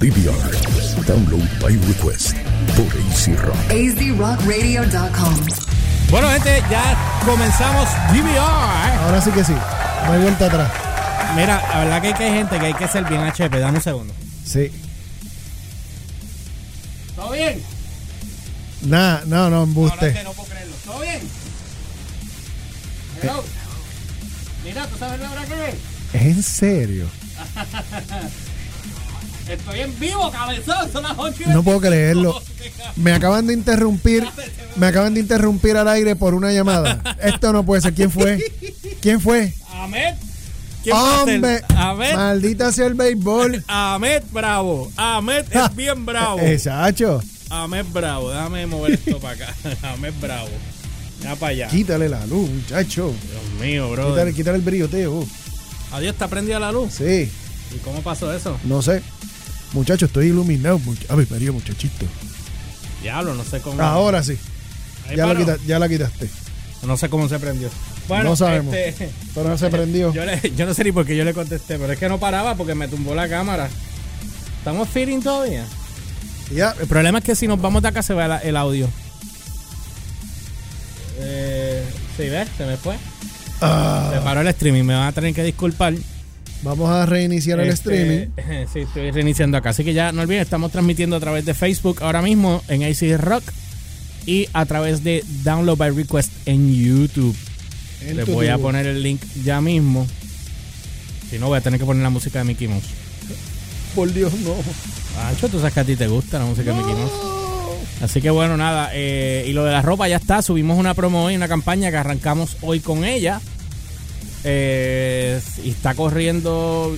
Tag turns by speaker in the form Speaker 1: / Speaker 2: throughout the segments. Speaker 1: DVR. Download by request por AC Rock.
Speaker 2: azrockradio.com.
Speaker 3: Bueno, gente, ya comenzamos DVR.
Speaker 4: Ahora sí que sí. No hay vuelta atrás.
Speaker 3: ¿eh? Mira, la verdad que hay, que hay gente que hay que ser bien HP. Dame un segundo.
Speaker 4: Sí.
Speaker 3: ¿Todo bien?
Speaker 4: Nah, no, no, embuste.
Speaker 3: no puedo creerlo. ¿Todo bien? Hello. Mira, ¿tú sabes la hora que es?
Speaker 4: ¿Es en serio?
Speaker 3: Estoy en vivo, cabezón. Son las 8
Speaker 4: No puedo creerlo. Me acaban de interrumpir. Me acaban de interrumpir al aire por una llamada. Esto no puede ser. ¿Quién fue? ¿Quién fue?
Speaker 3: Ahmed.
Speaker 4: ¡Hombre!
Speaker 3: Ahmed.
Speaker 4: Maldita sea el béisbol. Eh,
Speaker 3: Ahmed Bravo. Ahmed
Speaker 4: Ah,
Speaker 3: es bien bravo.
Speaker 4: Exacto.
Speaker 3: Ahmed Bravo. Déjame mover esto para acá. Ahmed Bravo. Ya para allá.
Speaker 4: Quítale la luz, muchacho.
Speaker 3: Dios mío, bro.
Speaker 4: Quítale, quítale el brilloteo.
Speaker 3: Adiós, está prendida la luz.
Speaker 4: Sí,
Speaker 3: ¿Y cómo pasó eso?
Speaker 4: no sé. Muchacho, estoy iluminado. much- Ave María, muchachito.
Speaker 3: Diablo, no sé cómo.
Speaker 4: Ahora sí.
Speaker 3: Ahí
Speaker 4: Ah, oh, Ya la,
Speaker 3: paró.
Speaker 4: quita- ya la quitaste.
Speaker 3: No sé cómo se prendió.
Speaker 4: No sabemos.
Speaker 3: este,
Speaker 4: Pero no se prendió.
Speaker 3: yo, le- yo no sé ni por qué yo le contesté, pero es que no paraba porque me tumbó la cámara. ¿Estamos feeling todavía?
Speaker 4: Ya, eh,
Speaker 3: El problema es que si nos vamos de acá se va la- el audio. Eh, sí, ¿ves? Se me fue.
Speaker 4: Ah.
Speaker 3: Se paró el streaming, me van a tener que disculpar.
Speaker 4: Vamos a reiniciar el
Speaker 3: Este,
Speaker 4: streaming.
Speaker 3: Sí, estoy reiniciando acá. Así que ya no olviden, estamos transmitiendo a través de Facebook ahora mismo en AC Rock y a través de Download by Request en YouTube.
Speaker 4: en
Speaker 3: Les
Speaker 4: tu
Speaker 3: voy a
Speaker 4: tubo.
Speaker 3: poner el link ya mismo. Si no, voy a tener que poner la música de Mickey Mouse.
Speaker 4: Por Dios, no.
Speaker 3: Ancho, tú sabes que a ti te gusta la música de Mickey Mouse. Así que bueno, nada. eh, y lo de la ropa ya está. Subimos una promo hoy, una campaña que arrancamos hoy con ella. Eh, y está corriendo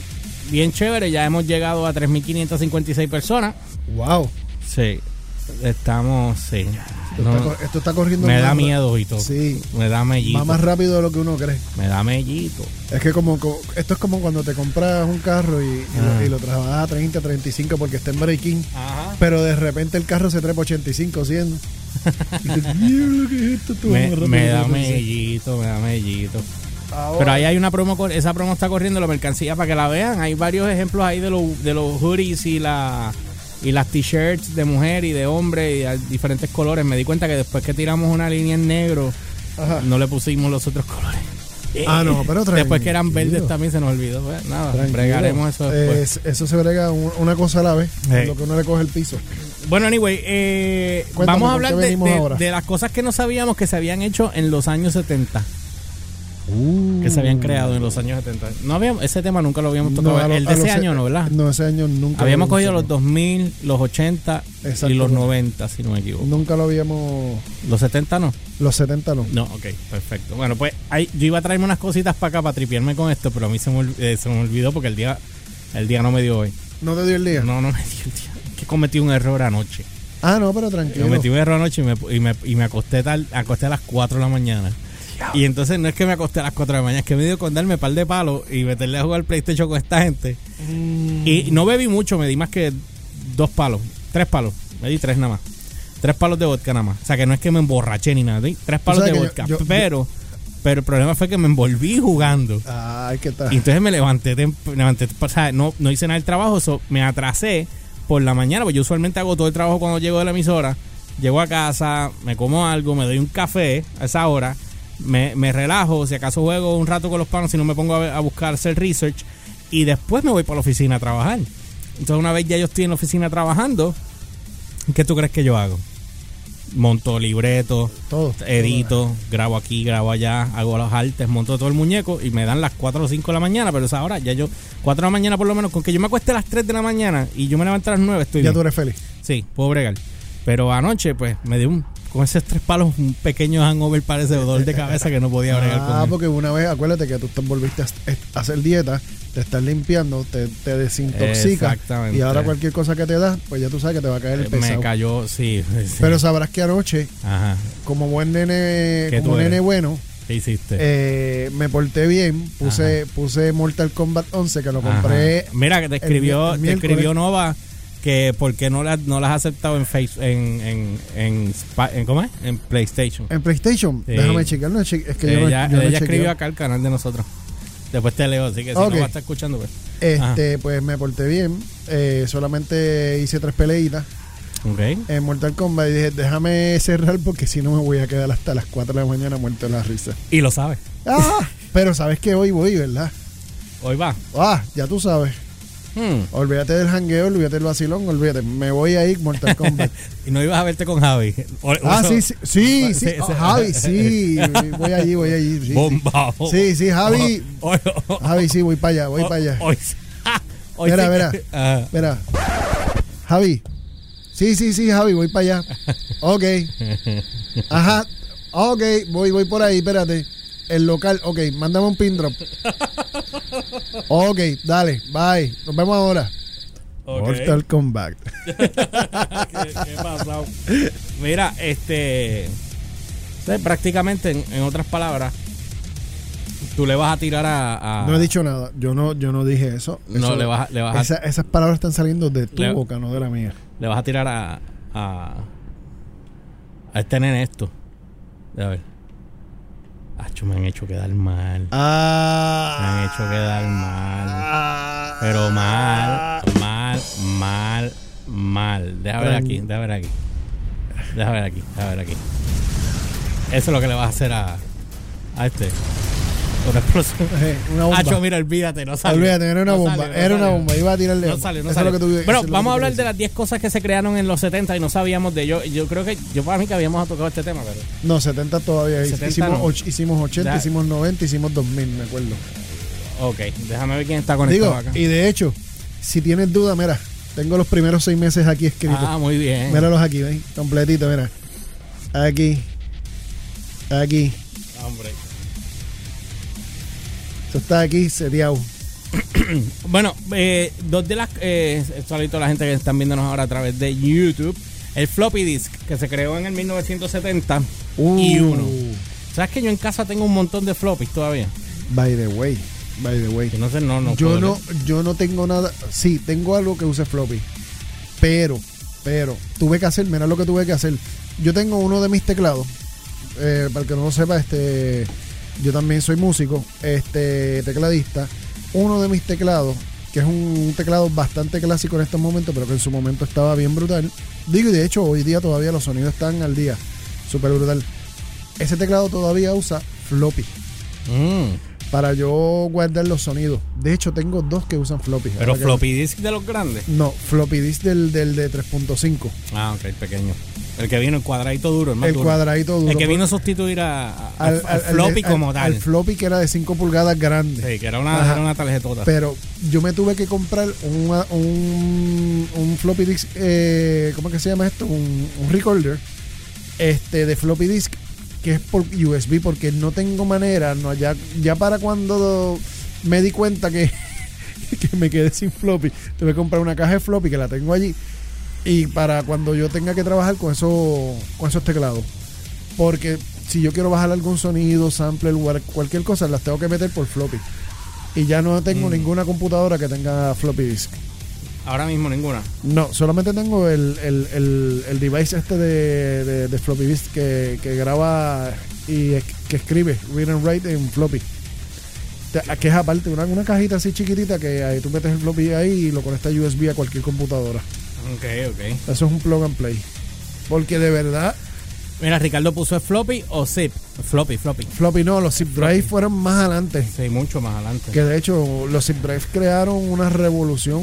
Speaker 3: bien chévere. Ya hemos llegado a 3.556 personas.
Speaker 4: Wow.
Speaker 3: Sí. Estamos, sí.
Speaker 4: Esto,
Speaker 3: No,
Speaker 4: está, cor- esto está corriendo.
Speaker 3: me
Speaker 4: más
Speaker 3: da
Speaker 4: ra-
Speaker 3: miedo y todo.
Speaker 4: Sí.
Speaker 3: Me da
Speaker 4: Va
Speaker 3: mellito.
Speaker 4: más rápido de lo que uno cree.
Speaker 3: Me da mellito.
Speaker 4: Es que como, co- esto es como cuando te compras un carro y, y
Speaker 3: Ah.
Speaker 4: lo, y lo trabajas a 30, 35 porque está en breaking.
Speaker 3: Ajá.
Speaker 4: Pero de repente el carro se trepa 85, 100. Y tú, "Mierda, ¿qué es esto? Esto va
Speaker 3: Me,
Speaker 4: más rápido
Speaker 3: me
Speaker 4: de lo
Speaker 3: da
Speaker 4: que pensé".
Speaker 3: mellito, me da mellito.
Speaker 4: Ahora-
Speaker 3: Pero ahí hay una promo, cor- esa promo está corriendo la mercancía para que la vean. Hay varios ejemplos ahí de, los de los hoodies y, la, y las t-shirts de mujer y de hombre y de diferentes colores. Me di cuenta que después que tiramos una línea en negro,
Speaker 4: Ajá.
Speaker 3: no le pusimos los otros colores.
Speaker 4: Ah, no, pero
Speaker 3: Después que eran
Speaker 4: tranquilo.
Speaker 3: verdes también se nos olvidó. Bueno, nada,
Speaker 4: Tranquilo.
Speaker 3: bregaremos eso después.
Speaker 4: Eh, eso se brega un- una cosa a la vez.
Speaker 3: Sí.
Speaker 4: Lo que uno le coge el piso.
Speaker 3: Bueno, anyway, eh,
Speaker 4: Cuéntame,
Speaker 3: vamos a
Speaker 4: ¿con qué
Speaker 3: hablar de,
Speaker 4: venimos
Speaker 3: de-
Speaker 4: ahora?
Speaker 3: de las cosas que no sabíamos que se habían hecho en los años 70.
Speaker 4: Uh.
Speaker 3: Que se habían creado en los años 70. No habíamos, ese tema nunca lo habíamos tocado.
Speaker 4: No, a lo-
Speaker 3: el
Speaker 4: a
Speaker 3: de ese
Speaker 4: los-
Speaker 3: año no, ¿verdad?
Speaker 4: No, ese año nunca.
Speaker 3: habíamos
Speaker 4: lo
Speaker 3: cogido
Speaker 4: habíamos
Speaker 3: los 2000, los 80
Speaker 4: Exacto.
Speaker 3: y los 90, si no me equivoco.
Speaker 4: Nunca lo habíamos.
Speaker 3: Los 70 no.
Speaker 4: Los 70 no.
Speaker 3: No, ok, perfecto. Bueno, pues ahí- yo iba a traerme unas cositas para acá para tripearme con esto, pero a mí se me, ol- eh, se me olvidó porque el día, el día no me dio hoy.
Speaker 4: ¿No te dio el día?
Speaker 3: No, no me dio el día. Que cometí un error anoche.
Speaker 4: Ah, no, pero
Speaker 3: Yo
Speaker 4: tranquilo.
Speaker 3: metí un error anoche y me, y me, y me acosté, tal, acosté a las 4 de la mañana. Y entonces no es que me acosté a las 4 de la mañana, es que me dio con darme par de palos y meterle a jugar PlayStation con esta gente.
Speaker 4: Mm.
Speaker 3: Y no bebí mucho, me di más que dos palos, tres palos, me di tres nada más. Tres palos de vodka nada más. O sea que no es que me emborraché ni nada, di tres palos de
Speaker 4: sabes que yo-
Speaker 3: vodka.
Speaker 4: yo- yo-
Speaker 3: pero, pero el problema fue que me envolví jugando.
Speaker 4: Ay, qué tal.
Speaker 3: Y entonces me levanté, tem- me levanté o sea, no, no hice nada del trabajo, so, me atrasé por la mañana, porque yo usualmente hago todo el trabajo cuando llego de la emisora, llego a casa, me como algo, me doy un café a esa hora, me, me relajo, si acaso juego un rato con los panos, si no me pongo a, ver- a buscar hacer research, y después me voy para la oficina a trabajar. Entonces una vez ya yo estoy en la oficina trabajando, ¿qué tú crees que yo hago? Monto libreto,
Speaker 4: Todo.
Speaker 3: edito, grabo aquí, grabo allá, hago los artes, monto todo el muñeco y me dan las 4 o 5 de la mañana, pero esa hora ya yo, 4 de la mañana por lo menos, con que yo me acueste a las 3 de la mañana y yo me levante a las 9, estoy
Speaker 4: Ya
Speaker 3: bien.
Speaker 4: tú eres feliz.
Speaker 3: Sí, puedo bregar. Pero anoche, pues, me dio un, con esos tres palos un pequeño hangover parece dolor de cabeza que no podía bregar
Speaker 4: Ah,
Speaker 3: con él.
Speaker 4: porque una vez, acuérdate que tú te volviste a a hacer dieta, te estás limpiando, te, te desintoxicas.
Speaker 3: Exactamente.
Speaker 4: Y ahora cualquier cosa que te das, pues ya tú sabes que te va a caer el
Speaker 3: Eh, Me
Speaker 4: pesado.
Speaker 3: cayó, sí. sí.
Speaker 4: Pero sabrás que anoche,
Speaker 3: Ajá.
Speaker 4: como buen nene,
Speaker 3: ¿Qué tú
Speaker 4: como un
Speaker 3: eres?
Speaker 4: nene bueno,
Speaker 3: ¿Qué hiciste?
Speaker 4: eh, me porté bien, puse, puse Mortal Kombat 11, que lo
Speaker 3: Ajá.
Speaker 4: compré
Speaker 3: Mira, que te
Speaker 4: el
Speaker 3: escribió,
Speaker 4: mi- el
Speaker 3: te
Speaker 4: miércoles.
Speaker 3: escribió Nova que por qué no, la- no las has aceptado en Facebook, en, en, en, Spa- en- ¿cómo es? En PlayStation.
Speaker 4: en PlayStation.
Speaker 3: Sí.
Speaker 4: Déjame checar, no, che- es que yo no,
Speaker 3: ella
Speaker 4: yo no
Speaker 3: ella
Speaker 4: chequeo.
Speaker 3: escribió acá al canal de nosotros. Después te leo, así que si no
Speaker 4: Ok.
Speaker 3: vas a estar escuchando, pues.
Speaker 4: Este, pues me porté bien. Eh, solamente hice tres peleitas
Speaker 3: Ok.
Speaker 4: en Mortal Kombat y dije, déjame cerrar porque si no me voy a quedar hasta las 4 de la mañana muerto de la risa.
Speaker 3: Y lo sabes.
Speaker 4: Ah, pero sabes que hoy voy, ¿verdad?
Speaker 3: Hoy va.
Speaker 4: Ah, ya tú sabes.
Speaker 3: Hmm.
Speaker 4: Olvídate del hangueo, olvídate del vacilón, olvídate. Me voy a ir Mortal Kombat.
Speaker 3: Y no ibas a verte con Javi. O-
Speaker 4: ah,
Speaker 3: o-
Speaker 4: sí, sí, sí, sí.
Speaker 3: Sí,
Speaker 4: Ah,
Speaker 3: sí.
Speaker 4: Javi, sí. Voy allí, voy allí. Sí,
Speaker 3: Bombao.
Speaker 4: sí. Sí, sí, Javi.
Speaker 3: Hoy- hoy-
Speaker 4: Javi, sí, voy para allá, voy para allá.
Speaker 3: Hoy, hoy
Speaker 4: Verá,
Speaker 3: sí que-
Speaker 4: verá.
Speaker 3: Ah,
Speaker 4: Espera. Javi. Sí, sí, sí, Javi, voy para allá. Ok. Ajá. Ok, voy, voy por ahí, espérate. El local, ok, mándame un pin drop. Ok, dale, bye. Nos vemos ahora.
Speaker 3: ok.
Speaker 4: Mortal Kombat.
Speaker 3: ¿Qué, qué pasao? Mira, este. ¿sabes? Prácticamente, en, en otras palabras, tú le vas a tirar a. a-
Speaker 4: No he dicho nada. Yo no, yo no dije eso.
Speaker 3: No,
Speaker 4: Eso-
Speaker 3: le vas a- le vas a-
Speaker 4: esa- esas palabras están saliendo de tu
Speaker 3: Le-
Speaker 4: boca, no de la mía.
Speaker 3: Le vas a tirar a. A, a este nene esto. A ver. Acho, me han hecho quedar mal. Me han
Speaker 4: Ah.
Speaker 3: hecho quedar mal. Pero mal, mal, mal, mal. Deja ver aquí, deja ver aquí. Deja ver aquí, deja ver aquí. Eso es lo que le vas a hacer a, a este. Una explosión.
Speaker 4: Eh, Una bomba.
Speaker 3: Hacho, mira, olvídate, no salió.
Speaker 4: Olvídate, era una
Speaker 3: No
Speaker 4: bomba.
Speaker 3: salió, no
Speaker 4: era una
Speaker 3: salió.
Speaker 4: bomba. Iba a tirarle.
Speaker 3: No
Speaker 4: bomba.
Speaker 3: sale, no
Speaker 4: Eso es
Speaker 3: sale.
Speaker 4: lo que tú- eso
Speaker 3: Pero
Speaker 4: es lo
Speaker 3: vamos a
Speaker 4: que tú
Speaker 3: hablar
Speaker 4: quieres
Speaker 3: de
Speaker 4: decir.
Speaker 3: las 10 cosas que se crearon en los 70 y no sabíamos de ello. Yo creo que, yo para mí que habíamos tocado este tema, pero
Speaker 4: No, 70 todavía.
Speaker 3: 70
Speaker 4: hicimos,
Speaker 3: no.
Speaker 4: och- hicimos 80,
Speaker 3: Ya.
Speaker 4: hicimos 90, hicimos 2000, me acuerdo.
Speaker 3: ok, déjame ver quién está conectado
Speaker 4: Digo,
Speaker 3: acá.
Speaker 4: y de hecho, si tienes duda, mira, tengo los primeros seis meses aquí escritos.
Speaker 3: Ah, muy bien.
Speaker 4: Míralos aquí, ven, completito, mira. Aquí. Aquí.
Speaker 3: Hombre.
Speaker 4: Esto está aquí, seteado.
Speaker 3: Bueno, eh, dos de las. Eh, esto a toda la gente que están viéndonos ahora a través de YouTube. El floppy disk que se creó en el 1970 y
Speaker 4: Uh.
Speaker 3: uno. ¿Sabes que yo en casa tengo un montón de floppies todavía?
Speaker 4: By the way. By the way.
Speaker 3: Que no sé, no, no.
Speaker 4: yo
Speaker 3: puedo
Speaker 4: no,
Speaker 3: leer.
Speaker 4: yo no tengo nada. Sí, tengo algo que use floppy. Pero, pero, tuve que hacer, mira lo que tuve que hacer. Yo tengo uno de mis teclados. eh, para el que no lo sepa, este yo también soy músico, este tecladista. Uno de mis teclados, que es un teclado bastante clásico en estos momentos, pero que en su momento estaba bien brutal. Digo, y de hecho, hoy día todavía los sonidos están al día. Súper brutal. Ese teclado todavía usa floppy
Speaker 3: Mm,
Speaker 4: para yo guardar los sonidos. De hecho, tengo dos que usan floppy.
Speaker 3: pero
Speaker 4: Ahora que-
Speaker 3: floppy disk de los grandes.
Speaker 4: No, floppy disk del, del de 3.5.
Speaker 3: Ah, ok, el pequeño. El que vino, el cuadradito duro, el más
Speaker 4: El
Speaker 3: duro.
Speaker 4: cuadradito duro. pues.
Speaker 3: El que vino a sustituir a, a- al,
Speaker 4: Al- al- al-
Speaker 3: Ah, floppy
Speaker 4: al-
Speaker 3: como tal.
Speaker 4: Al floppy que era de 5 pulgadas grande.
Speaker 3: sí, que era una,
Speaker 4: Ajá.
Speaker 3: era una tarjetota.
Speaker 4: Pero yo me tuve que comprar una- un, un floppy disk, eh, ¿cómo es que se llama esto? Un, un recorder este de floppy disk que es por USB porque no tengo manera, no ya, ya para cuando me di cuenta que, que me quedé sin floppy, tuve que comprar una caja de floppy que la tengo allí y para cuando yo tenga que trabajar con eso con esos teclados. Porque si yo quiero bajar algún sonido, sample, lugar- cualquier cosa, las tengo que meter por floppy. Y ya no tengo ninguna computadora que tenga floppy disk.
Speaker 3: Ahora mismo ninguna.
Speaker 4: No, solamente tengo el, el, el, el device este de, de, de floppy disk que, que graba y es- que escribe read and write en floppy. Te- Que es aparte, una, una cajita así chiquitita que ahí tú metes el floppy ahí y lo conectas USB a cualquier computadora.
Speaker 3: Ok, ok.
Speaker 4: Eso es un plug and play. Porque de verdad,
Speaker 3: Mira, Ricardo puso el floppy o zip. Floppy, floppy.
Speaker 4: floppy no, los zip drive fueron más adelante.
Speaker 3: Sí, mucho más adelante.
Speaker 4: Que de hecho los zip drive crearon una revolución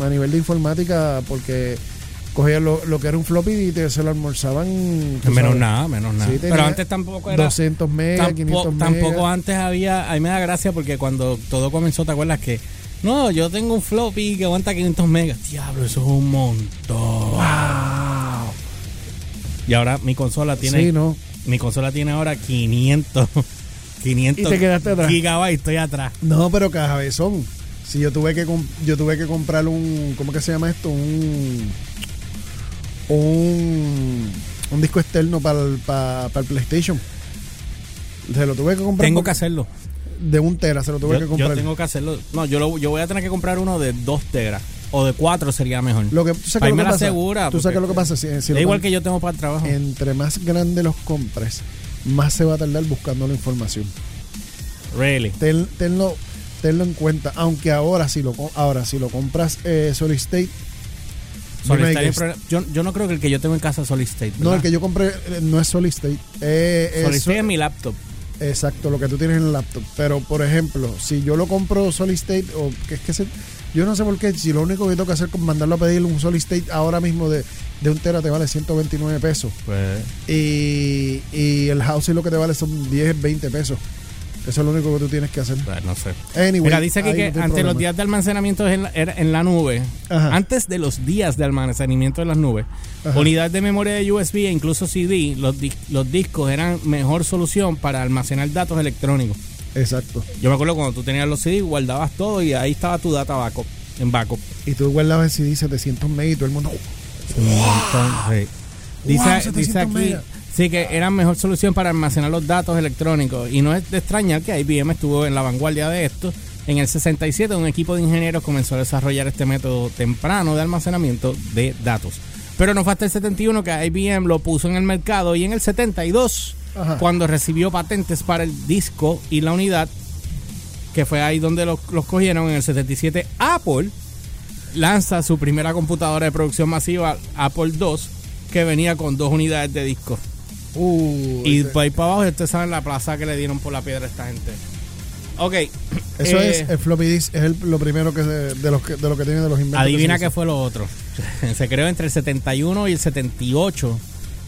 Speaker 4: a nivel de informática porque cogían lo, lo que era un floppy y te, se lo almorzaban. tú
Speaker 3: menos
Speaker 4: sabes,
Speaker 3: nada, menos nada.
Speaker 4: Sí,
Speaker 3: Pero
Speaker 4: tenía
Speaker 3: antes tampoco era.
Speaker 4: 200 megas,
Speaker 3: tampo-
Speaker 4: 500 megas.
Speaker 3: tampoco antes había. A mí me da gracia porque cuando todo comenzó, ¿te acuerdas que.? No, yo tengo un floppy que aguanta 500 megas. Diablo, eso es un montón. Y ahora mi consola tiene.
Speaker 4: Sí, no.
Speaker 3: Mi consola tiene ahora 500. 500
Speaker 4: Y te quedaste atrás.
Speaker 3: gigabytes, estoy atrás.
Speaker 4: No, pero cabezón. Si yo tuve que comp- yo tuve que comprar un ¿cómo que se llama esto? Un un, un disco externo para el, pa- para el PlayStation. Se lo tuve que comprar
Speaker 3: Tengo
Speaker 4: por-
Speaker 3: que hacerlo.
Speaker 4: de un tera, se lo tuve
Speaker 3: Yo,
Speaker 4: que
Speaker 3: yo
Speaker 4: comprar.
Speaker 3: tengo que hacerlo. No, yo, lo- yo voy a tener que comprar uno de 2 teras. O de 4 sería mejor.
Speaker 4: Lo que tú sabes
Speaker 3: Ahí
Speaker 4: lo
Speaker 3: me
Speaker 4: que
Speaker 3: la
Speaker 4: pasa.
Speaker 3: asegura,
Speaker 4: Tú sabes
Speaker 3: porque-
Speaker 4: lo que pasa si, si
Speaker 3: es
Speaker 4: lo
Speaker 3: igual
Speaker 4: com-
Speaker 3: que yo tengo para el trabajo.
Speaker 4: entre más grandes los compres, más se va a tardar buscando la información.
Speaker 3: Really.
Speaker 4: Ten- tenlo tenlo en cuenta. Aunque ahora si lo, co- ahora, si lo compras eh, Solid State,
Speaker 3: Solid
Speaker 4: dime
Speaker 3: State
Speaker 4: que-
Speaker 3: es pro- yo, yo no creo que el que yo tengo en casa es Solid State.
Speaker 4: no,
Speaker 3: ¿verdad?
Speaker 4: el que yo compré eh, no es Solid State. eh, es-
Speaker 3: Solid State es mi laptop.
Speaker 4: Exacto, lo que tú tienes en el laptop. Pero, por ejemplo, si yo lo compro Solid State, o que es que se- yo no sé por qué, si lo único que tengo que hacer es mandarlo a pedir un Solid State ahora mismo de, de un tera te vale 129 pesos.
Speaker 3: Pues.
Speaker 4: Y, y el house lo que te vale son 10, 20 pesos. Eso es lo único que tú tienes que hacer.
Speaker 3: pues, No sé.
Speaker 4: Anyway,
Speaker 3: Mira, dice aquí
Speaker 4: ahí
Speaker 3: que
Speaker 4: no
Speaker 3: ante los
Speaker 4: tiene problema.
Speaker 3: días de almacenamiento en la, era en la nube,
Speaker 4: Ajá.
Speaker 3: antes de los días de almacenamiento en las nubes,
Speaker 4: Ajá.
Speaker 3: unidad de memoria de USB e incluso CD, los, dis- los discos eran mejor solución para almacenar datos electrónicos.
Speaker 4: Exacto.
Speaker 3: Yo me acuerdo cuando tú tenías los CD, guardabas todo y ahí estaba tu data backup, en backup.
Speaker 4: Y tú guardabas el CD 700 meg y todo el mundo.
Speaker 3: Entonces, dice,
Speaker 4: Wow, 700
Speaker 3: dice aquí,
Speaker 4: megas.
Speaker 3: sí que era mejor solución para almacenar los datos electrónicos. Y no es de extrañar que IBM estuvo en la vanguardia de esto. En el 67 un equipo de ingenieros comenzó a desarrollar este método temprano de almacenamiento de datos. Pero no fue hasta el 71 que IBM lo puso en el mercado y en el 72
Speaker 4: Ajá.
Speaker 3: cuando recibió patentes para el disco y la unidad que fue ahí donde los, los cogieron en el 77, Apple lanza su primera computadora de producción masiva, Apple II, que venía con dos unidades de disco. Y
Speaker 4: Uh,
Speaker 3: pues,
Speaker 4: este-
Speaker 3: por ahí para abajo, ustedes saben la plaza que le dieron por la piedra a esta gente. Ok.
Speaker 4: eso
Speaker 3: eh,
Speaker 4: es el floppy disk, es el- lo primero que se- de, los que, de lo que tiene de los inventos.
Speaker 3: Adivina
Speaker 4: que
Speaker 3: qué fue lo otro. Se creó entre el 71 y el 78.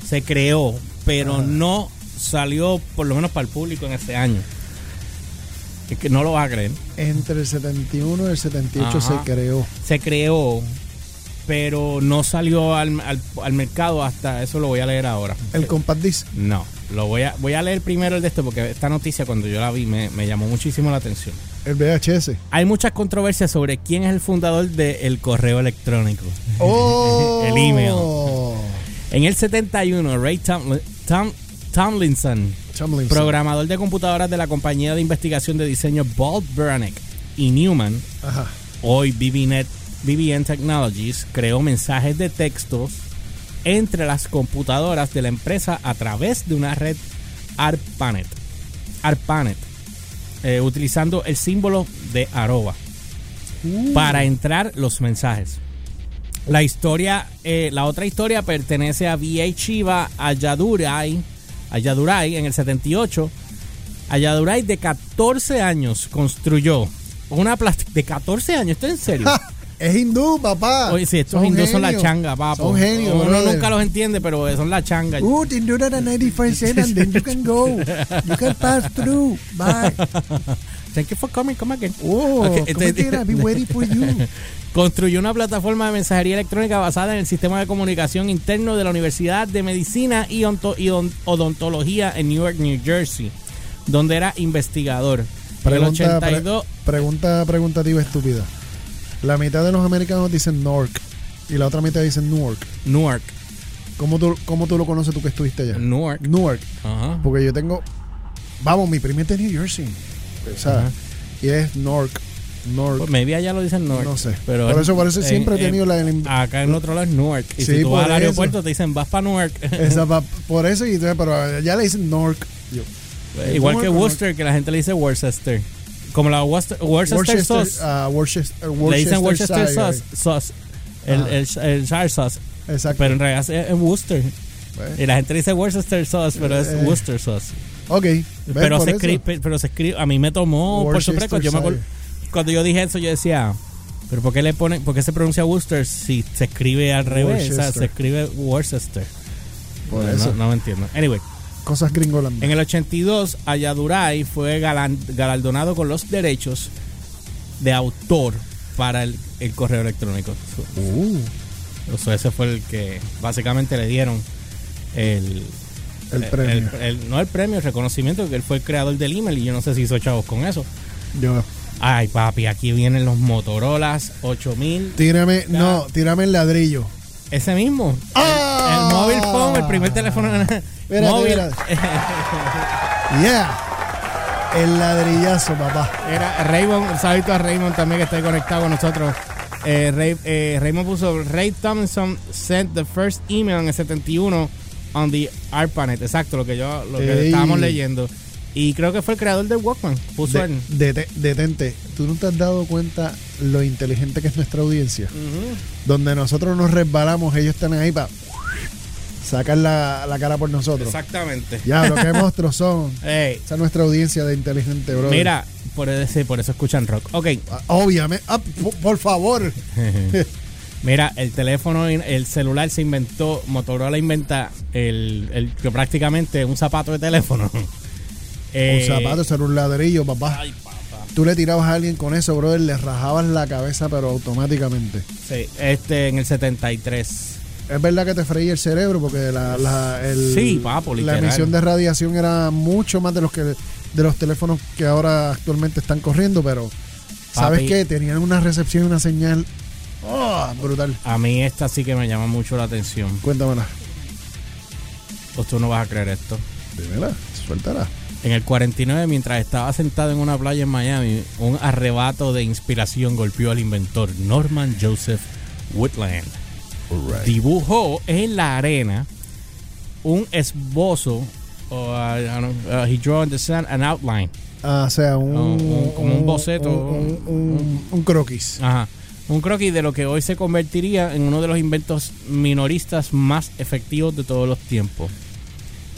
Speaker 3: Se creó,
Speaker 4: Ah.
Speaker 3: pero no salió, por lo menos para el público, en ese año. Es que no lo vas a creer.
Speaker 4: fue. Entre el 71 y el 78
Speaker 3: Ajá.
Speaker 4: se creó.
Speaker 3: se creó, pero no salió al, al- al mercado hasta eso lo voy a leer ahora.
Speaker 4: El compact disc.
Speaker 3: No, lo voy a voy a leer primero el de esto porque esta noticia cuando yo la vi me, me llamó muchísimo la atención.
Speaker 4: El VHS.
Speaker 3: Hay muchas controversias sobre quién es el fundador del correo electrónico.
Speaker 4: ¡Oh!
Speaker 3: El email. En el 71, Ray Tomli- Tom- Tomlinson,
Speaker 4: Chamlinson.
Speaker 3: programador de computadoras de la compañía de investigación de diseño Bob Beranek y Newman,
Speaker 4: Ajá.
Speaker 3: Hoy BBNet, BBN Technologies creó mensajes de textos entre las computadoras de la empresa a través de una red ARPANET, ARPANET eh, utilizando el símbolo de arroba
Speaker 4: Uh.
Speaker 3: para entrar los mensajes. La historia, eh, la otra historia pertenece a V.A. Chiva Ayadurai, Ayadurai en el 78. Ayadurai de 14 años construyó una plástica de 14 años, ¿esto en serio?
Speaker 4: ¡Ja! Es hindú, papá.
Speaker 3: Oye, si estos
Speaker 4: Son
Speaker 3: hindúes son la
Speaker 4: genios.
Speaker 3: changa, papo.
Speaker 4: Son genios.
Speaker 3: Uno
Speaker 4: brother.
Speaker 3: nunca los entiende, pero son la changa.
Speaker 4: Uh, they do that at 95 cents and then you can go. You can pass through. Bye.
Speaker 3: Thank you for coming, come again.
Speaker 4: Oh,
Speaker 3: Ok, este,
Speaker 4: come again, I'll be waiting for you.
Speaker 3: Construyó una plataforma de mensajería electrónica basada en el sistema de comunicación interno de la Universidad de Medicina y, Onto- y Don- Odontología en Newark, New Jersey, donde era investigador. en el
Speaker 4: Pregunta, pre-
Speaker 3: 82,
Speaker 4: pregunta preguntativa estúpida. La mitad de los americanos dicen Newark y la otra mitad dicen Newark.
Speaker 3: Newark.
Speaker 4: ¿Cómo tú, cómo tú lo conoces tú que estuviste allá?
Speaker 3: Newark.
Speaker 4: Newark.
Speaker 3: Ajá.
Speaker 4: Porque yo tengo. Vamos, mi prima es de New Jersey. O sea,
Speaker 3: Ajá.
Speaker 4: y es Newark. Newark.
Speaker 3: Pues maybe allá lo dicen Newark.
Speaker 4: No sé. Por eso- por eso siempre he tenido la- el-
Speaker 3: Acá en otro lado es Newark. Y si
Speaker 4: Sí,
Speaker 3: tú vas al
Speaker 4: por eso.
Speaker 3: aeropuerto te dicen vas para Newark.
Speaker 4: Esa va- por eso, y, entonces, pero ya le dicen Newark. Yo,
Speaker 3: Igual
Speaker 4: Newark,
Speaker 3: que
Speaker 4: Newark.
Speaker 3: Worcester, que la gente le dice Worcester. Como la Worcester, Worcester, sauce.
Speaker 4: ah, Worcester, Ah.
Speaker 3: le dicen Worcester
Speaker 4: Worcestershire.
Speaker 3: sauce. sauce. El,
Speaker 4: Ajá.
Speaker 3: el, el Shire sauce.
Speaker 4: Exacto.
Speaker 3: Pero en realidad es- es Worcester.
Speaker 4: Bueno.
Speaker 3: Y la gente le dice Worcester sauce, pero es
Speaker 4: Eh,
Speaker 3: Worcester sauce.
Speaker 4: ok. ven,
Speaker 3: Pero
Speaker 4: por
Speaker 3: se,
Speaker 4: eso.
Speaker 3: escribe, pe- pero se escribe, a mí me tomó por sorpresa. Yo me acuerdo, cuando yo dije eso, yo decía, pero ¿por qué le ponen, por qué se pronuncia Worcester si se escribe al revés? O sea,
Speaker 4: Worcester.
Speaker 3: se escribe Worcester.
Speaker 4: Por
Speaker 3: no,
Speaker 4: eso.
Speaker 3: no, no me entiendo. Anyway,
Speaker 4: Cosas gringolandas.
Speaker 3: en el 82, Ayadurai fue galan- galardonado con los derechos de autor para el, el correo electrónico.
Speaker 4: Uh,
Speaker 3: O sea, ese fue el que básicamente le dieron el,
Speaker 4: el premio.
Speaker 3: el- el- no el premio, el reconocimiento, que él fue el creador del email y yo no sé si hizo chavos con eso.
Speaker 4: Yo.
Speaker 3: Ay, papi, aquí vienen los Motorolas 8000.
Speaker 4: Tírame, no, tírame el ladrillo.
Speaker 3: Ese mismo. El
Speaker 4: ¡Ah!
Speaker 3: móvil phone, el primer teléfono
Speaker 4: Espérate,
Speaker 3: móvil.
Speaker 4: Yeah. El ladrillazo, papá.
Speaker 3: Era Raymond, un saludito a Raymond también que está ahí conectado con nosotros. Eh, Ray- eh, Raymond puso Ray Tomlinson sent the first email en el 71 on the ARPANET. Exacto, lo que yo lo que
Speaker 4: Ey.
Speaker 3: estábamos leyendo. Y creo que fue el creador de Walkman. Puso
Speaker 4: De-
Speaker 3: el-
Speaker 4: dete- detente, tú no te has dado cuenta lo inteligente que es nuestra audiencia. Donde nosotros nos resbalamos, ellos están ahí para sacar la, la cara por nosotros.
Speaker 3: Exactamente.
Speaker 4: Ya, lo que monstruos son.
Speaker 3: Ey,
Speaker 4: Esa es nuestra audiencia de inteligente, bro.
Speaker 3: mira, por, sí, por eso escuchan rock. Ok,
Speaker 4: Obviamente. Ah, po- por favor.
Speaker 3: mira, el teléfono, in- el celular se inventó, Motorola inventa el, el que prácticamente es un zapato de teléfono.
Speaker 4: Un
Speaker 3: Eh,
Speaker 4: zapato, eso era un ladrillo, papá.
Speaker 3: Ay, papá.
Speaker 4: Tú le tirabas a alguien con eso, brother, le rajabas la cabeza, pero automáticamente.
Speaker 3: Sí, este en el 73.
Speaker 4: Es verdad que te freía el cerebro porque la, la- el-
Speaker 3: Sí, papo,
Speaker 4: la
Speaker 3: literal.
Speaker 4: emisión de radiación era mucho más de los que de los teléfonos que ahora actualmente están corriendo, pero ¿sabes
Speaker 3: Papi.
Speaker 4: qué? Tenían una recepción y una señal ¡oh! brutal.
Speaker 3: A mí esta sí que me llama mucho la atención.
Speaker 4: Cuéntamela.
Speaker 3: Pues tú no vas a creer esto.
Speaker 4: Dímela, suéltala.
Speaker 3: En el 49, mientras estaba sentado en una playa en Miami, un arrebato de inspiración golpeó al inventor Norman Joseph Woodland. Dibujó en la arena un esbozo. o, uh, I don't know, uh, he drew on the sand an outline.
Speaker 4: Ah, o sea, un,
Speaker 3: No, un- como un boceto.
Speaker 4: Un, un- un- un croquis.
Speaker 3: Ajá. Un croquis de lo que hoy se convertiría en uno de los inventos minoristas más efectivos de todos los tiempos.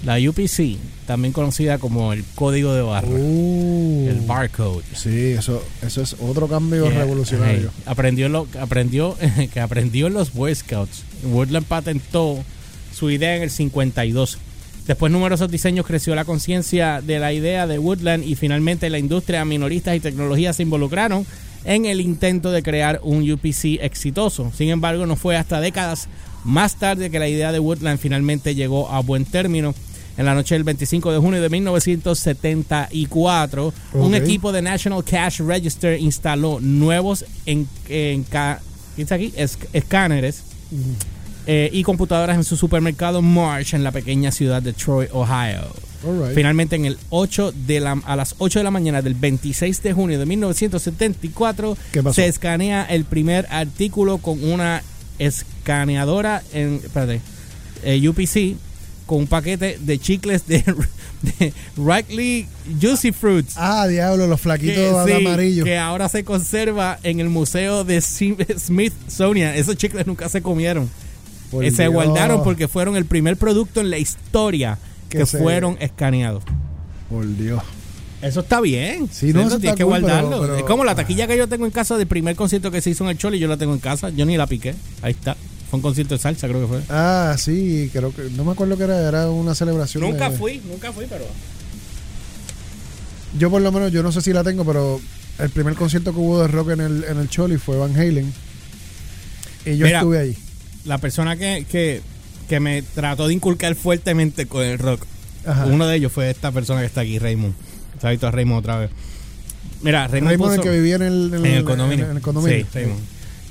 Speaker 3: La UPC, también conocida como el código de barra,
Speaker 4: Uh.
Speaker 3: el barcode.
Speaker 4: Sí, eso, eso es otro cambio
Speaker 3: Yeah,
Speaker 4: revolucionario.
Speaker 3: hey, aprendió lo aprendió que aprendió en los Boy Scouts. Woodland patentó su idea en el 52. Después numerosos diseños creció la conciencia de la idea de Woodland y finalmente la industria, minoristas y tecnología se involucraron en el intento de crear un UPC exitoso. Sin embargo, no fue hasta décadas más tarde que la idea de Woodland finalmente llegó a buen término. En la noche del 25 de junio de 1974, un
Speaker 4: Ok.
Speaker 3: equipo de National Cash Register instaló nuevos en, enca- ¿qué dice aquí? Es- escáneres eh, y computadoras en su supermercado Marsh en la pequeña ciudad de Troy, Ohio.
Speaker 4: All right.
Speaker 3: Finalmente, en el 8 de la, a las 8 de la mañana del 26 de junio de 1974,
Speaker 4: ¿Qué pasó?
Speaker 3: se escanea el primer artículo con una escaneadora en espérate, eh, UPC con un paquete de chicles de, de Rickley Juicy Fruits.
Speaker 4: Ah, diablo, los flaquitos
Speaker 3: sí,
Speaker 4: amarillos.
Speaker 3: que ahora se conserva en el museo de Sim- Smithsonian. Esos chicles nunca se comieron.
Speaker 4: Por
Speaker 3: Eh, se
Speaker 4: Dios.
Speaker 3: guardaron porque fueron el primer producto en la historia
Speaker 4: Que
Speaker 3: que,
Speaker 4: se-
Speaker 3: fueron escaneados.
Speaker 4: Por Dios.
Speaker 3: Eso está bien.
Speaker 4: Sí, no,
Speaker 3: Eso
Speaker 4: eso
Speaker 3: tienes
Speaker 4: está
Speaker 3: que
Speaker 4: cool,
Speaker 3: guardarlo.
Speaker 4: pero- ah. pero-
Speaker 3: es como la taquilla que yo tengo en casa del primer concierto que se hizo en el Choli, yo la tengo en casa. Yo ni la piqué. Ahí está. Fue un concierto de salsa, creo que fue.
Speaker 4: Ah, sí, creo que. No me acuerdo que era, era una celebración.
Speaker 3: Nunca
Speaker 4: de-
Speaker 3: fui, nunca fui, pero.
Speaker 4: Yo, por lo menos, yo no sé si la tengo, pero el primer concierto que hubo de rock en el, en el Choli fue Van Halen. Y yo
Speaker 3: Mira.
Speaker 4: estuve ahí.
Speaker 3: La persona que, que, que me trató de inculcar fuertemente con el rock,
Speaker 4: Ajá.
Speaker 3: uno de ellos fue esta persona que está aquí, Raymond. Sabes a Raymond otra vez. Mira, Raymond,
Speaker 4: Raymond, el
Speaker 3: puso-
Speaker 4: que vivía en el,
Speaker 3: en el condominio.
Speaker 4: en el condominio.
Speaker 3: Sí, Raymond.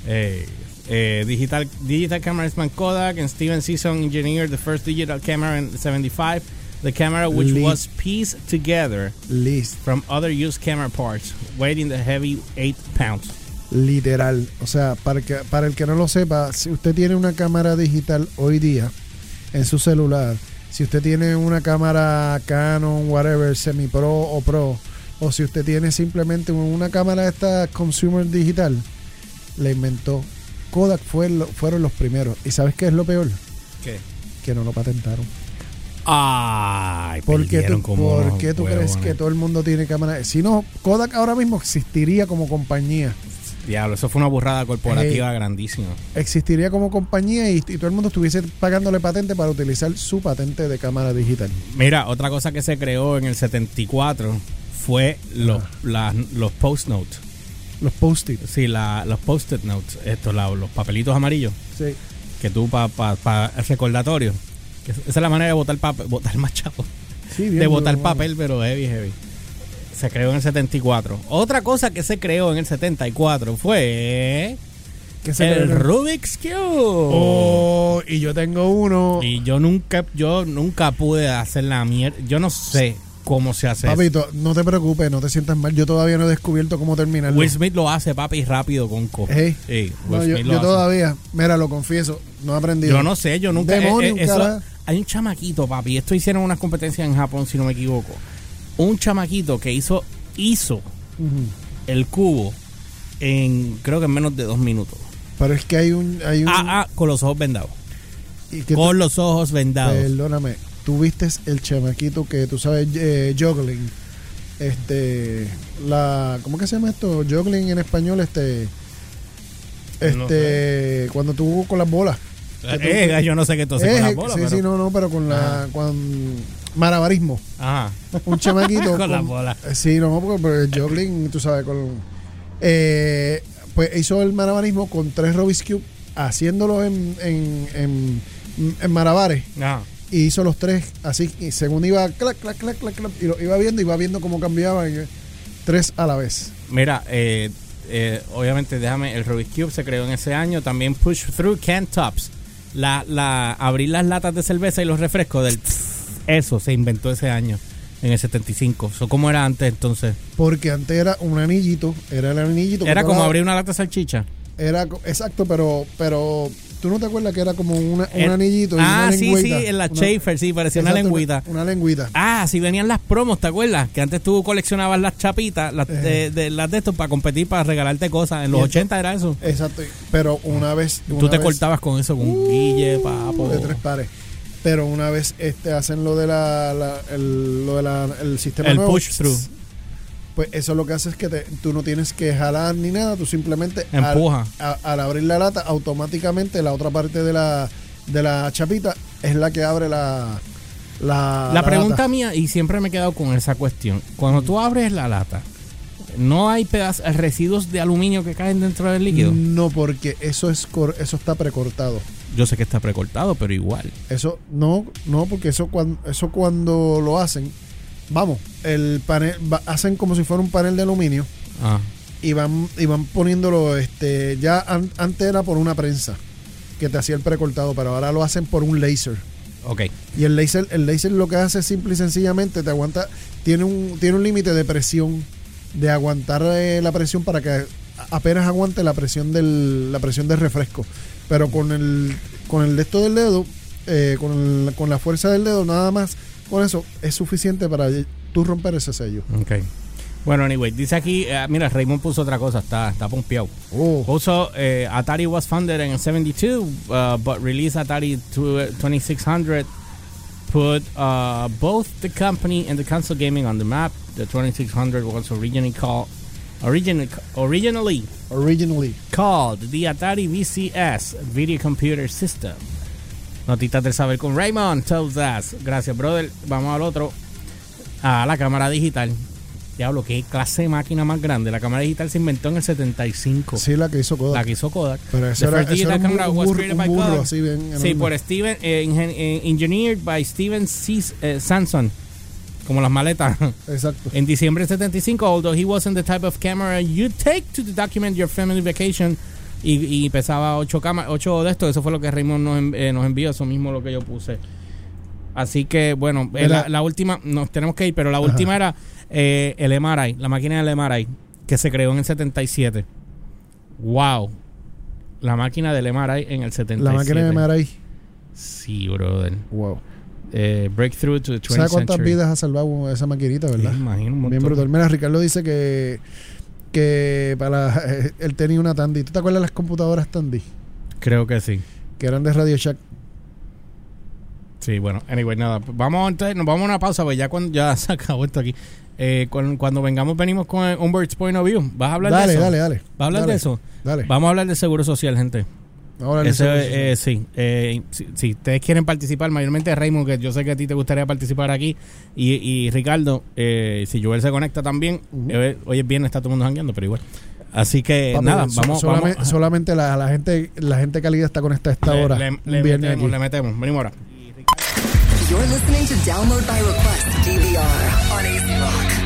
Speaker 3: Eh, eh, digital, digital Cameraman Kodak and Steven Season engineered the first digital camera in 75. The camera which
Speaker 4: Lit.
Speaker 3: was pieced together
Speaker 4: Lis-
Speaker 3: from other used camera parts, weighing the heavy 8 pounds.
Speaker 4: literal. O sea, para, que- para el que no lo sepa, si usted tiene una cámara digital hoy día en su celular, si usted tiene una cámara Canon, whatever, semi pro o pro, o si usted tiene simplemente una cámara de esta consumer digital, la inventó Kodak fue lo- fueron los primeros. ¿Y sabes qué es lo peor?
Speaker 3: ¿Qué?
Speaker 4: Que no lo patentaron.
Speaker 3: Ay,
Speaker 4: ¿Por qué
Speaker 3: perdieron
Speaker 4: tú,
Speaker 3: como
Speaker 4: por
Speaker 3: unos
Speaker 4: qué tú crees
Speaker 3: huevones.
Speaker 4: que todo el mundo tiene cámara? Si no, Kodak ahora mismo existiría como compañía.
Speaker 3: Diablo, eso fue una burrada corporativa
Speaker 4: Ey.
Speaker 3: grandísima.
Speaker 4: existiría como compañía y, y todo el mundo estuviese pagándole patente para utilizar su patente de cámara digital.
Speaker 3: Mira, otra cosa que se creó en el 74 fue los,
Speaker 4: Ah.
Speaker 3: las- los post-notes.
Speaker 4: Los post-it.
Speaker 3: Sí, la- los post-it notes, estos, la- los papelitos amarillos,
Speaker 4: Sí.
Speaker 3: que tú para pa, pa- recordatorio. Que Esa es la manera de botar papel, botar más chavo.
Speaker 4: Sí, bien
Speaker 3: De
Speaker 4: duro,
Speaker 3: botar
Speaker 4: mano.
Speaker 3: papel, pero heavy, heavy. Se creó en el 74. Otra cosa que se creó en el 74 fue
Speaker 4: ¿Qué se
Speaker 3: el
Speaker 4: cree?
Speaker 3: Rubik's Cube.
Speaker 4: Oh, y yo tengo uno.
Speaker 3: Y yo nunca, yo nunca pude hacer la mierda. Yo no sé cómo se hace. eso.
Speaker 4: Papito, no te preocupes, no te sientas mal. Yo todavía no he descubierto cómo terminarlo.
Speaker 3: Will Smith lo hace, papi, rápido con copa.
Speaker 4: Ey.
Speaker 3: Sí, Will
Speaker 4: No, yo
Speaker 3: Smith lo
Speaker 4: yo
Speaker 3: hace.
Speaker 4: todavía, mira, lo confieso, no he aprendido.
Speaker 3: Yo no sé, yo nunca. eh,
Speaker 4: Demonio,
Speaker 3: eh, eso-
Speaker 4: carajo.
Speaker 3: hay un chamaquito, papi. Esto hicieron unas competencias en Japón, si no me equivoco. un chamaquito que hizo, hizo el cubo en creo que en menos de dos minutos.
Speaker 4: Pero es que hay un. Hay un
Speaker 3: Ah, ah, con los ojos vendados.
Speaker 4: y que
Speaker 3: Con
Speaker 4: tú-
Speaker 3: los ojos vendados.
Speaker 4: Perdóname, tú viste el chamaquito que tú sabes, eh, juggling. Este. la ¿Cómo que se llama esto? Juggling en español, este. Este.
Speaker 3: No
Speaker 4: Cuando tú con las bolas. Que tú-
Speaker 3: Eh, yo no sé qué entonces
Speaker 4: Eh,
Speaker 3: con la bola,
Speaker 4: sí,
Speaker 3: pero-
Speaker 4: sí, no, no, pero con la. Con marabarismo.
Speaker 3: Ajá.
Speaker 4: Un chamaquito.
Speaker 3: Con la bola.
Speaker 4: Eh, Sí, no, porque, porque el juggling, tú sabes, con. eh, pues hizo el marabarismo con tres Rubik's Cube, haciéndolo en, en, en, en marabares.
Speaker 3: Ajá.
Speaker 4: Y hizo los tres así, y según iba, clac, clac, clac, clac, clac, y lo iba viendo, iba viendo cómo cambiaban. eh, Tres a la vez.
Speaker 3: Mira, eh, eh, obviamente déjame, el Rubik's Cube se creó en ese año, también Push Through Can Tops, la, la, abrir las latas de cerveza y los refrescos del... Eso se inventó ese año, en el 75. ¿Eso cómo era antes entonces?
Speaker 4: Porque antes era un anillito, era el anillito. que
Speaker 3: Era
Speaker 4: tú
Speaker 3: como
Speaker 4: hablabas-
Speaker 3: abrir una lata de salchicha.
Speaker 4: Era, co- exacto, pero, pero tú no te acuerdas que era como una- un
Speaker 3: El-
Speaker 4: anillito. y
Speaker 3: Ah,
Speaker 4: una
Speaker 3: sí, sí,
Speaker 4: lengüita,
Speaker 3: en la
Speaker 4: una-
Speaker 3: Schaefer, sí, parecía una
Speaker 4: exacto,
Speaker 3: lengüita.
Speaker 4: Una, lengüita.
Speaker 3: Ah, sí venían las promos, ¿te acuerdas? Que antes tú coleccionabas las chapitas, las de, de- las de estos, para competir, para regalarte cosas. En los
Speaker 4: Eh. Y
Speaker 3: 80 era eso.
Speaker 4: Exacto. Pero una vez.
Speaker 3: tú
Speaker 4: una
Speaker 3: te
Speaker 4: vez-
Speaker 3: cortabas con eso, con un guille, papo.
Speaker 4: de tres pares. Pero una vez este hacen lo de la, la- el, lo de la- el sistema
Speaker 3: El
Speaker 4: nuevo,
Speaker 3: push through.
Speaker 4: Pues eso lo que hace es que te- tú no tienes que jalar ni nada, tú simplemente al-
Speaker 3: Empuja.
Speaker 4: a- Al, abrir la lata automáticamente la otra parte de la de la chapita es la que abre la la,
Speaker 3: La
Speaker 4: la
Speaker 3: pregunta
Speaker 4: lata.
Speaker 3: mía, y siempre me he quedado con esa cuestión. Cuando tú abres la lata, ¿no hay pedaz- residuos de aluminio que caen dentro del líquido?
Speaker 4: No, porque eso es cor- eso está precortado.
Speaker 3: Mm. Yo sé que está precortado, pero igual.
Speaker 4: Eso no, no, porque eso cuando, eso cuando lo hacen, vamos, el panel va- hacen como si fuera un panel de aluminio
Speaker 3: Ah,
Speaker 4: y van, y van poniéndolo, este, ya an- antes era por una prensa que te hacía el precortado, pero ahora lo hacen por un láser.
Speaker 3: ok.
Speaker 4: Y el láser, el láser lo que hace simple y sencillamente te aguanta, tiene un, tiene un límite de presión, de aguantar eh, la presión para que apenas aguante la presión del, la presión del refresco. Pero con el, con el de esto del dedo, eh, con, el- con la fuerza del dedo, nada más, con eso es suficiente para tú romper ese sello.
Speaker 3: Ok. Bueno, anyway, dice aquí, eh, mira, Raymond puso otra cosa, está, está pompeado.
Speaker 4: Oh.
Speaker 3: Also, eh, Atari was founded in 72, uh, but released Atari to- 2600 put uh, both the company and the console gaming on the map. The 2600 was originally called, originally, originally
Speaker 4: Originally.
Speaker 3: called the Atari VCS Video Computer System. Notitas del saber con Raymond tells us. Gracias, brother. Vamos al otro. A la cámara digital. Diablo, qué clase de máquina más grande. La cámara digital se inventó en el 75.
Speaker 4: Sí, la que hizo
Speaker 3: La
Speaker 4: Kodak.
Speaker 3: que hizo Kodak.
Speaker 4: Pero eso
Speaker 3: The
Speaker 4: era-
Speaker 3: first
Speaker 4: eso era
Speaker 3: digital
Speaker 4: un
Speaker 3: camera
Speaker 4: burro-
Speaker 3: was
Speaker 4: un
Speaker 3: created
Speaker 4: burro-
Speaker 3: by
Speaker 4: un burro
Speaker 3: Kodak.
Speaker 4: así bien
Speaker 3: Sí,
Speaker 4: enorme.
Speaker 3: por Steven, eh, ingen- eh, engineered by Steven C. eh, Sanson. Como las maletas.
Speaker 4: Exacto.
Speaker 3: En diciembre del 75, although he wasn't the type of camera you take to document your family vacation. Y, y pesaba 8 cámaras, ocho de estos. Eso fue lo que Raymond nos, en- eh, nos envió. Eso mismo lo que yo puse. Así que, bueno, eh,
Speaker 4: Mira.
Speaker 3: la, la última, nos tenemos que ir, pero la última era eh, el MRI, la máquina del MRI, que se creó en el 77. ¡Wow! La máquina del MRI en el 77.
Speaker 4: La máquina de MRI.
Speaker 3: Sí, brother.
Speaker 4: Wow.
Speaker 3: Eh, breakthrough to the 20th
Speaker 4: ¿Sabes cuántas
Speaker 3: century.
Speaker 4: vidas ha salvado esa maquinita, verdad?
Speaker 3: Sí, imagino un
Speaker 4: Bien
Speaker 3: montón.
Speaker 4: brutal. Mira, Ricardo dice que, que para él tenía una Tandy. ¿Tú te acuerdas las computadoras Tandy?
Speaker 3: Creo que sí.
Speaker 4: Que eran de Radio Shack.
Speaker 3: Sí, bueno, anyway, nada. pues Vamos entonces, nos vamos a una pausa, pues ya cuando ya se acabó esto aquí. Eh, cuan- cuando vengamos, venimos con eh, un Bird's Point of View. ¿Vas a hablar
Speaker 4: Dale,
Speaker 3: de eso?
Speaker 4: dale, dale.
Speaker 3: ¿Vas a hablar
Speaker 4: Dale,
Speaker 3: de eso?
Speaker 4: Dale.
Speaker 3: Vamos a hablar de seguro social, gente.
Speaker 4: Ahora le
Speaker 3: Ese,
Speaker 4: hacemos-
Speaker 3: eh, sí, eh, si, si ustedes quieren participar, mayormente Raymond, que yo sé que a ti te gustaría participar aquí, y, y Ricardo, eh, si Joel se conecta también, eh, hoy es viernes, está todo el mundo jangueando, pero igual. Así que
Speaker 4: Papi,
Speaker 3: nada,
Speaker 4: so-
Speaker 3: vamos,
Speaker 4: solamente,
Speaker 3: vamos.
Speaker 4: solamente la, la gente la gente cálida está conectada a esta
Speaker 3: Le-
Speaker 4: hora.
Speaker 3: le-
Speaker 4: un
Speaker 3: le
Speaker 4: viernes
Speaker 3: metemos,
Speaker 4: aquí.
Speaker 3: le metemos, venimos ahora.
Speaker 2: You're listening to Download by Request DVR on AC Rock.